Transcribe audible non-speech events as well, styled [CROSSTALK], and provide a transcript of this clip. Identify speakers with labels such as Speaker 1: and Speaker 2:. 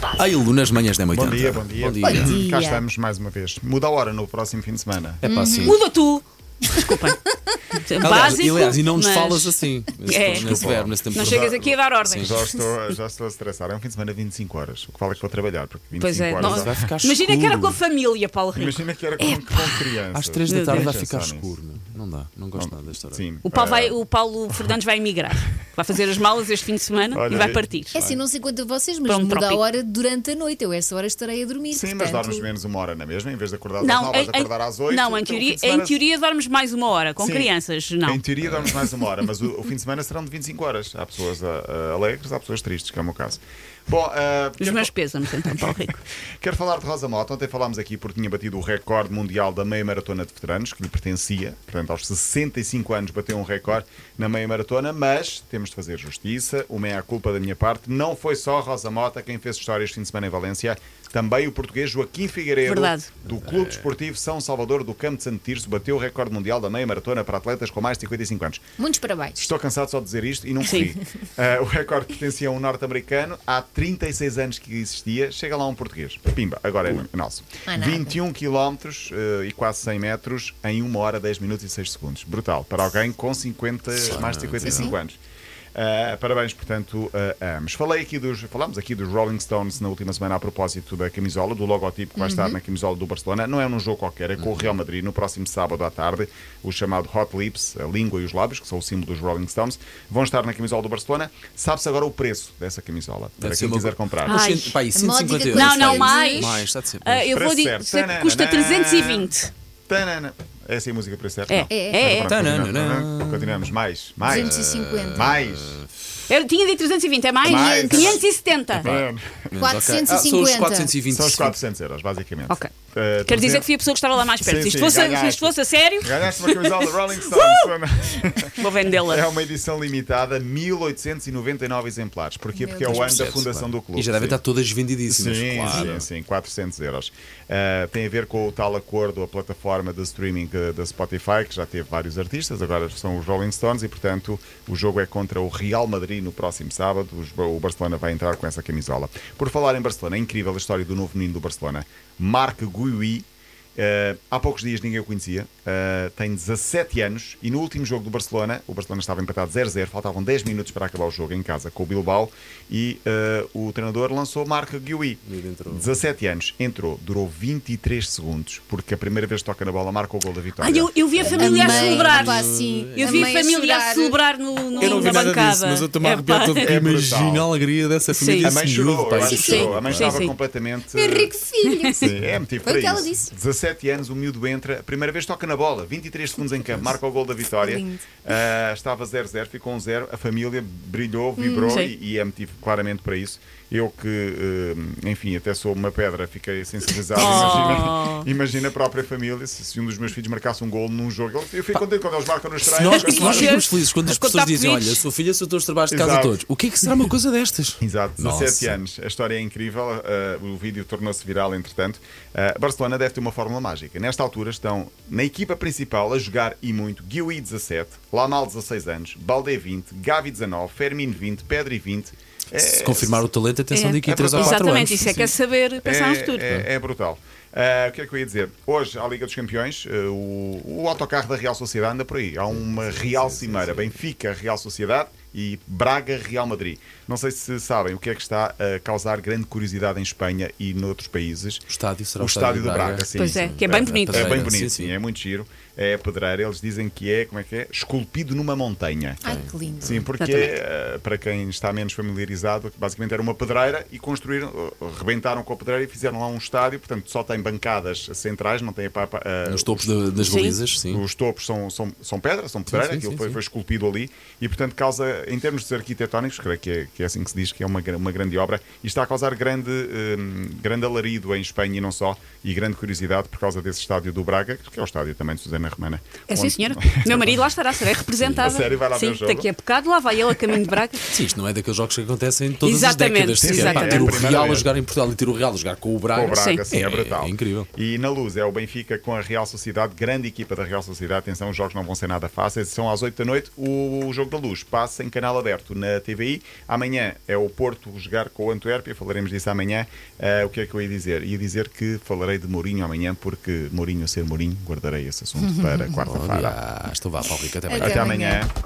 Speaker 1: passa.
Speaker 2: Ai, Lu, nas manhãs da 80.
Speaker 3: Bom dia, Então tá. bom dia.
Speaker 2: Bom dia.
Speaker 1: Bom dia.
Speaker 3: Cá estamos mais uma vez. Muda a hora no próximo fim de semana.
Speaker 2: É pá, sim.
Speaker 1: Muda tu! Desculpem.
Speaker 2: Aliás,
Speaker 1: Básico.
Speaker 2: e, aliás, e não nos
Speaker 1: mas
Speaker 2: falas
Speaker 1: [LAUGHS]
Speaker 2: assim.
Speaker 1: É.
Speaker 2: Nesse, nesse verbo, nesse tempo.
Speaker 1: Não chegas aqui a dar ordens.
Speaker 3: Já estou, já estou a estressar. É um fim de semana de 25 horas. O que vale é que vou trabalhar, porque 25
Speaker 1: Pois é.
Speaker 3: horas.
Speaker 1: não-
Speaker 2: vai ficar
Speaker 1: Imagina
Speaker 2: escuro.
Speaker 1: que era com a família, Paulo Rico.
Speaker 3: Imagina que era com, com crianças.
Speaker 2: Às 3
Speaker 1: Meu
Speaker 2: da tarde vai
Speaker 3: Deus.
Speaker 2: ficar
Speaker 3: Pensar nisso.
Speaker 2: escuro. meu. Não dá, não gosto nada desta hora.
Speaker 3: Sim.
Speaker 1: O Paulo,
Speaker 3: eh,
Speaker 1: vai, o Paulo Fernandes vai emigrar. Vai fazer as malas este fim de semana
Speaker 3: Olha,
Speaker 1: e vai partir.
Speaker 4: É assim, não sei quanto a vocês, mas
Speaker 1: Para um
Speaker 4: muda
Speaker 1: trópico.
Speaker 4: a hora durante a noite. Eu essa hora estarei a dormir.
Speaker 3: Sim, mas
Speaker 4: portanto,
Speaker 3: dormes menos uma hora, não é mesmo? Em vez de acordar às
Speaker 1: Não,
Speaker 3: 9, vais acordar às então, 8.
Speaker 1: não, em teoria, em teoria dormes mais uma hora, com
Speaker 3: Sim.
Speaker 1: crianças, não.
Speaker 3: Em teoria dormes mais uma hora, mas o, o fim de semana serão de 25 horas. Há pessoas ah, ah, alegres, há pessoas tristes, que é o meu caso. Bom, ah,
Speaker 1: Os
Speaker 3: quero
Speaker 1: meus pêsames, então, Paulo
Speaker 3: [LAUGHS]
Speaker 1: Rico.
Speaker 3: Quero falar de Rosa Mota. Ontem falámos aqui porque tinha batido o recorde mundial da meia maratona de veteranos, que lhe pertencia. Portanto, aos 65 anos bateu um recorde na meia maratona, mas temos de fazer justiça. O meia é culpa da minha parte. Não foi só Rosa Mota quem fez história este fim de semana em Valência. Também o português Joaquim Figueiredo,
Speaker 1: Verdade.
Speaker 3: do Clube Desportivo São Salvador do Campo de Santo Tirso, bateu o recorde mundial da meia maratona para atletas com mais de 55 anos.
Speaker 4: Muitos parabéns.
Speaker 3: Estou cansado só de dizer isto e não
Speaker 1: Sim.
Speaker 3: corri. [LAUGHS] Ah, o recorde pertencia a um norte-americano, há 36 anos que existia, chega lá um português. Pimba, agora é nosso.
Speaker 4: Não é nada.
Speaker 3: 21 quilómetros eh, e quase 100 metros em 1 hora, 10 minutos e 6 segundos. Brutal, para alguém com 50, mais de 55 anos. Ah, parabéns, portanto, a ambos. Falei aqui dos, falámos aqui dos Rolling Stones na última semana a propósito da camisola, do logotipo que vai
Speaker 1: Uhum.
Speaker 3: estar na camisola do Barcelona. Não é num jogo qualquer, é com o Real Madrid no próximo sábado à tarde. O chamado Hot Lips, a língua e os lábios, que são o símbolo dos Rolling Stones, vão estar na camisola do Barcelona. Sabe-se agora o preço dessa camisola, para quem quiser comprar.
Speaker 2: Uns
Speaker 1: Ai.
Speaker 2: cento- pá, e 150
Speaker 4: Módica
Speaker 2: euros.
Speaker 1: Não, não,
Speaker 2: Sim.
Speaker 1: mais.
Speaker 2: Mais, está de ser.
Speaker 3: Tipo,
Speaker 1: Ah, eu
Speaker 3: Para
Speaker 1: vou
Speaker 3: certo.
Speaker 1: dizer que custa 320.
Speaker 3: Tanana. Essa é a música para certo?
Speaker 1: É,
Speaker 3: Não.
Speaker 1: é,
Speaker 4: é,
Speaker 1: é.
Speaker 3: Pronto,
Speaker 2: Tanana.
Speaker 3: continuamos. Continuamos. Mais, mais. eh,
Speaker 4: 250.
Speaker 3: Mais.
Speaker 1: Eu tinha de 320, é mais?
Speaker 3: Mais. É,
Speaker 1: 570.
Speaker 2: Menos, ok.
Speaker 4: 450.
Speaker 2: Ah, são os 420.
Speaker 3: São os 400 euros, basicamente.
Speaker 1: Ok.
Speaker 3: Eh,
Speaker 1: Quero dizer
Speaker 3: 300.
Speaker 1: que fui a pessoa que estava lá mais perto.
Speaker 3: Sim,
Speaker 1: se, isto
Speaker 3: sim,
Speaker 1: fosse, se
Speaker 3: ganhaste.
Speaker 1: isto fosse a sério,
Speaker 3: Ganhaste uma camisola da Rolling Stones.
Speaker 1: vou vendê-la.
Speaker 3: é uma edição limitada, 1899 exemplares. Porquê?
Speaker 4: Meu
Speaker 3: Porque é o
Speaker 4: Deus.
Speaker 3: ano da fundação do clube.
Speaker 2: E já devem
Speaker 3: Sim.
Speaker 2: estar todas vendidíssimas,
Speaker 3: Sim,
Speaker 2: claro.
Speaker 3: sim, sim, 400 euros. Ah, tem a ver com o tal acordo, a plataforma de streaming eh, da Spotify, que já teve vários artistas, agora são os Rolling Stones, e portanto o jogo é contra o Real Madrid no próximo sábado. Os- O Barcelona vai entrar com essa camisola. Por falar em Barcelona, é incrível a história do novo menino do Barcelona, Marc Guiuí. Eh, há poucos dias ninguém o conhecia, Eh, tem 17 anos e no último jogo do Barcelona, o Barcelona estava empatado 0-0, faltavam 10 minutos para acabar o jogo em casa com o Bilbao e eh, o treinador lançou Marco Guiuí.
Speaker 2: ele entrou.
Speaker 3: 17 anos, entrou, durou 23 segundos, porque a primeira vez que toca na bola marca o gol da vitória.
Speaker 1: Ai, eu, eu vi a família a,
Speaker 4: mãe,
Speaker 1: celebrar.
Speaker 4: pá, assim,
Speaker 1: Eu vi a
Speaker 4: mãe
Speaker 1: família a,
Speaker 4: chorar.
Speaker 1: celebrar no, no-
Speaker 2: Eu não vi
Speaker 1: na
Speaker 2: nada
Speaker 1: bancada.
Speaker 2: disso, mas eu estou-me a
Speaker 1: É
Speaker 2: arrepiar
Speaker 1: pá.
Speaker 2: todo.
Speaker 3: É
Speaker 2: Imagina a
Speaker 3: brutal.
Speaker 2: alegria dessa família.
Speaker 1: Sim.
Speaker 3: A
Speaker 2: desse
Speaker 3: mãe
Speaker 2: miúdo,
Speaker 3: chorou,
Speaker 2: pá,
Speaker 3: eu acho
Speaker 2: isso
Speaker 3: que
Speaker 2: é
Speaker 3: chorou. A mãe
Speaker 1: Sim,
Speaker 3: estava
Speaker 1: sim.
Speaker 3: completamente.
Speaker 4: Rico filho.
Speaker 3: Sim, é motivo
Speaker 4: Foi
Speaker 3: para
Speaker 4: o que ela
Speaker 3: isso.
Speaker 4: disse.
Speaker 3: 17 anos, o miúdo entra, a primeira vez toca na bola, 23 segundos em campo, marca o gol da vitória.
Speaker 4: Lindo.
Speaker 3: Ah, estava 0-0, ficou um 0, a família brilhou,
Speaker 4: Hum,
Speaker 3: vibrou
Speaker 1: sim.
Speaker 3: e, e é motivo claramente para isso. Eu que, eh, enfim, até sou uma pedra,
Speaker 4: [LAUGHS]
Speaker 3: fiquei sensibilizado.
Speaker 4: Oh.
Speaker 3: Imagina, imagina a própria família se, se um dos meus filhos marcasse um gol num jogo. Eu, eu fico contente quando eles marcam nos
Speaker 2: Se
Speaker 3: treinos.
Speaker 2: nós,
Speaker 3: quando
Speaker 2: se nós
Speaker 3: marcam-
Speaker 1: Vocês-
Speaker 2: ficamos felizes quando as
Speaker 1: a contar
Speaker 2: pessoas dizem:
Speaker 1: pedidos.
Speaker 2: Olha, sua filha soltou os trabalhos de casa
Speaker 3: Exato.
Speaker 2: todos. O que é que será uma coisa destas?
Speaker 3: [LAUGHS] Exato, 17
Speaker 2: Nossa.
Speaker 3: anos. A história é incrível, ah, o vídeo tornou-se viral, entretanto. Ah, Barcelona deve ter uma fórmula mágica. Nesta altura estão na equipa principal a jogar e muito Guiuí 17, Lamal 16 anos, Balde 20, Gavi 19, Fermin 20, Pedri 20. É,
Speaker 2: Se confirmar o talento, atenção
Speaker 1: É.
Speaker 2: daqui a 3 ou 4 anos.
Speaker 1: Exatamente, isso é
Speaker 2: Sim.
Speaker 1: que é saber pensar
Speaker 3: é,
Speaker 1: no futuro.
Speaker 3: É, é brutal. Ah, o que é que eu ia dizer? Hoje, à Liga dos Campeões, eh, o, o autocarro da Real Sociedade anda por aí. Há uma Real Cimeira. Benfica, Real Sociedade e Braga, Real Madrid. Não sei se sabem o que é que está a causar grande curiosidade em Espanha e noutros países.
Speaker 2: O estádio será
Speaker 3: o estádio do Braga. sim.
Speaker 1: Pois é, que é bem bonito.
Speaker 3: É bem
Speaker 2: Pedreira,
Speaker 3: bonito,
Speaker 2: sim,
Speaker 3: sim,
Speaker 2: sim.
Speaker 3: é muito giro. É pedreira, eles dizem que é, como é que é? Esculpido numa montanha.
Speaker 1: Ah,
Speaker 4: Ai, que lindo.
Speaker 3: Sim, porque
Speaker 1: Exatamente.
Speaker 3: eh, para quem está menos familiarizado, basicamente era uma pedreira e construíram, eh, rebentaram com a pedreira e fizeram lá um estádio, portanto só tem bancadas centrais, não tem a, pa- pa- eh,
Speaker 2: Nos topos da- das
Speaker 1: Sim.
Speaker 2: balizas, sim.
Speaker 3: os topos são, são, são pedra, são pedreira,
Speaker 2: sim,
Speaker 3: aquilo
Speaker 2: sim,
Speaker 3: foi,
Speaker 2: sim.
Speaker 3: foi esculpido ali e, portanto, causa, em termos de arquitetónicos, creio que é, que é assim que se diz, que é uma, gra- uma grande obra e está a causar grande, hum, grande alarido em Espanha e não só, e grande curiosidade por causa desse estádio do Braga, que é o estádio também de Susana Ana Romana.
Speaker 1: É sim,
Speaker 3: Onde-
Speaker 1: senhora. Meu marido lá estará, será representada.
Speaker 3: A sério, vai lá ver
Speaker 1: sim,
Speaker 3: o jogo?
Speaker 1: daqui a bocado lá vai ele a caminho de Braga.
Speaker 2: Sim, isto não é daqueles jogos que acontecem em todas
Speaker 1: Exatamente,
Speaker 2: as décadas. sequer. Pá,
Speaker 1: exatamente.
Speaker 2: Ter o
Speaker 3: É a primeira
Speaker 2: Real a
Speaker 3: vez.
Speaker 2: jogar em Portugal e ter o Real a jogar com o Braga.
Speaker 3: Com o Braga,
Speaker 1: Sim.
Speaker 3: sim, é
Speaker 2: É-
Speaker 3: brutal.
Speaker 2: é incrível.
Speaker 3: E na luz é o Benfica com a Real Sociedade, grande equipa da Real Sociedade. Atenção, os jogos não vão ser nada fáceis. São às 8 da noite o jogo da luz. Passa em canal aberto na TVI. Amanhã é o Porto jogar com o Antuérpia. Falaremos disso amanhã. Ah, o que é que eu ia dizer? Ia dizer que falarei de Mourinho amanhã, porque Mourinho a ser Mourinho, guardarei esse assunto para quarta-feira.
Speaker 2: Ah, estou vá, Paulo Rico, até amanhã.
Speaker 4: Até
Speaker 3: Até amanhã.
Speaker 4: amanhã.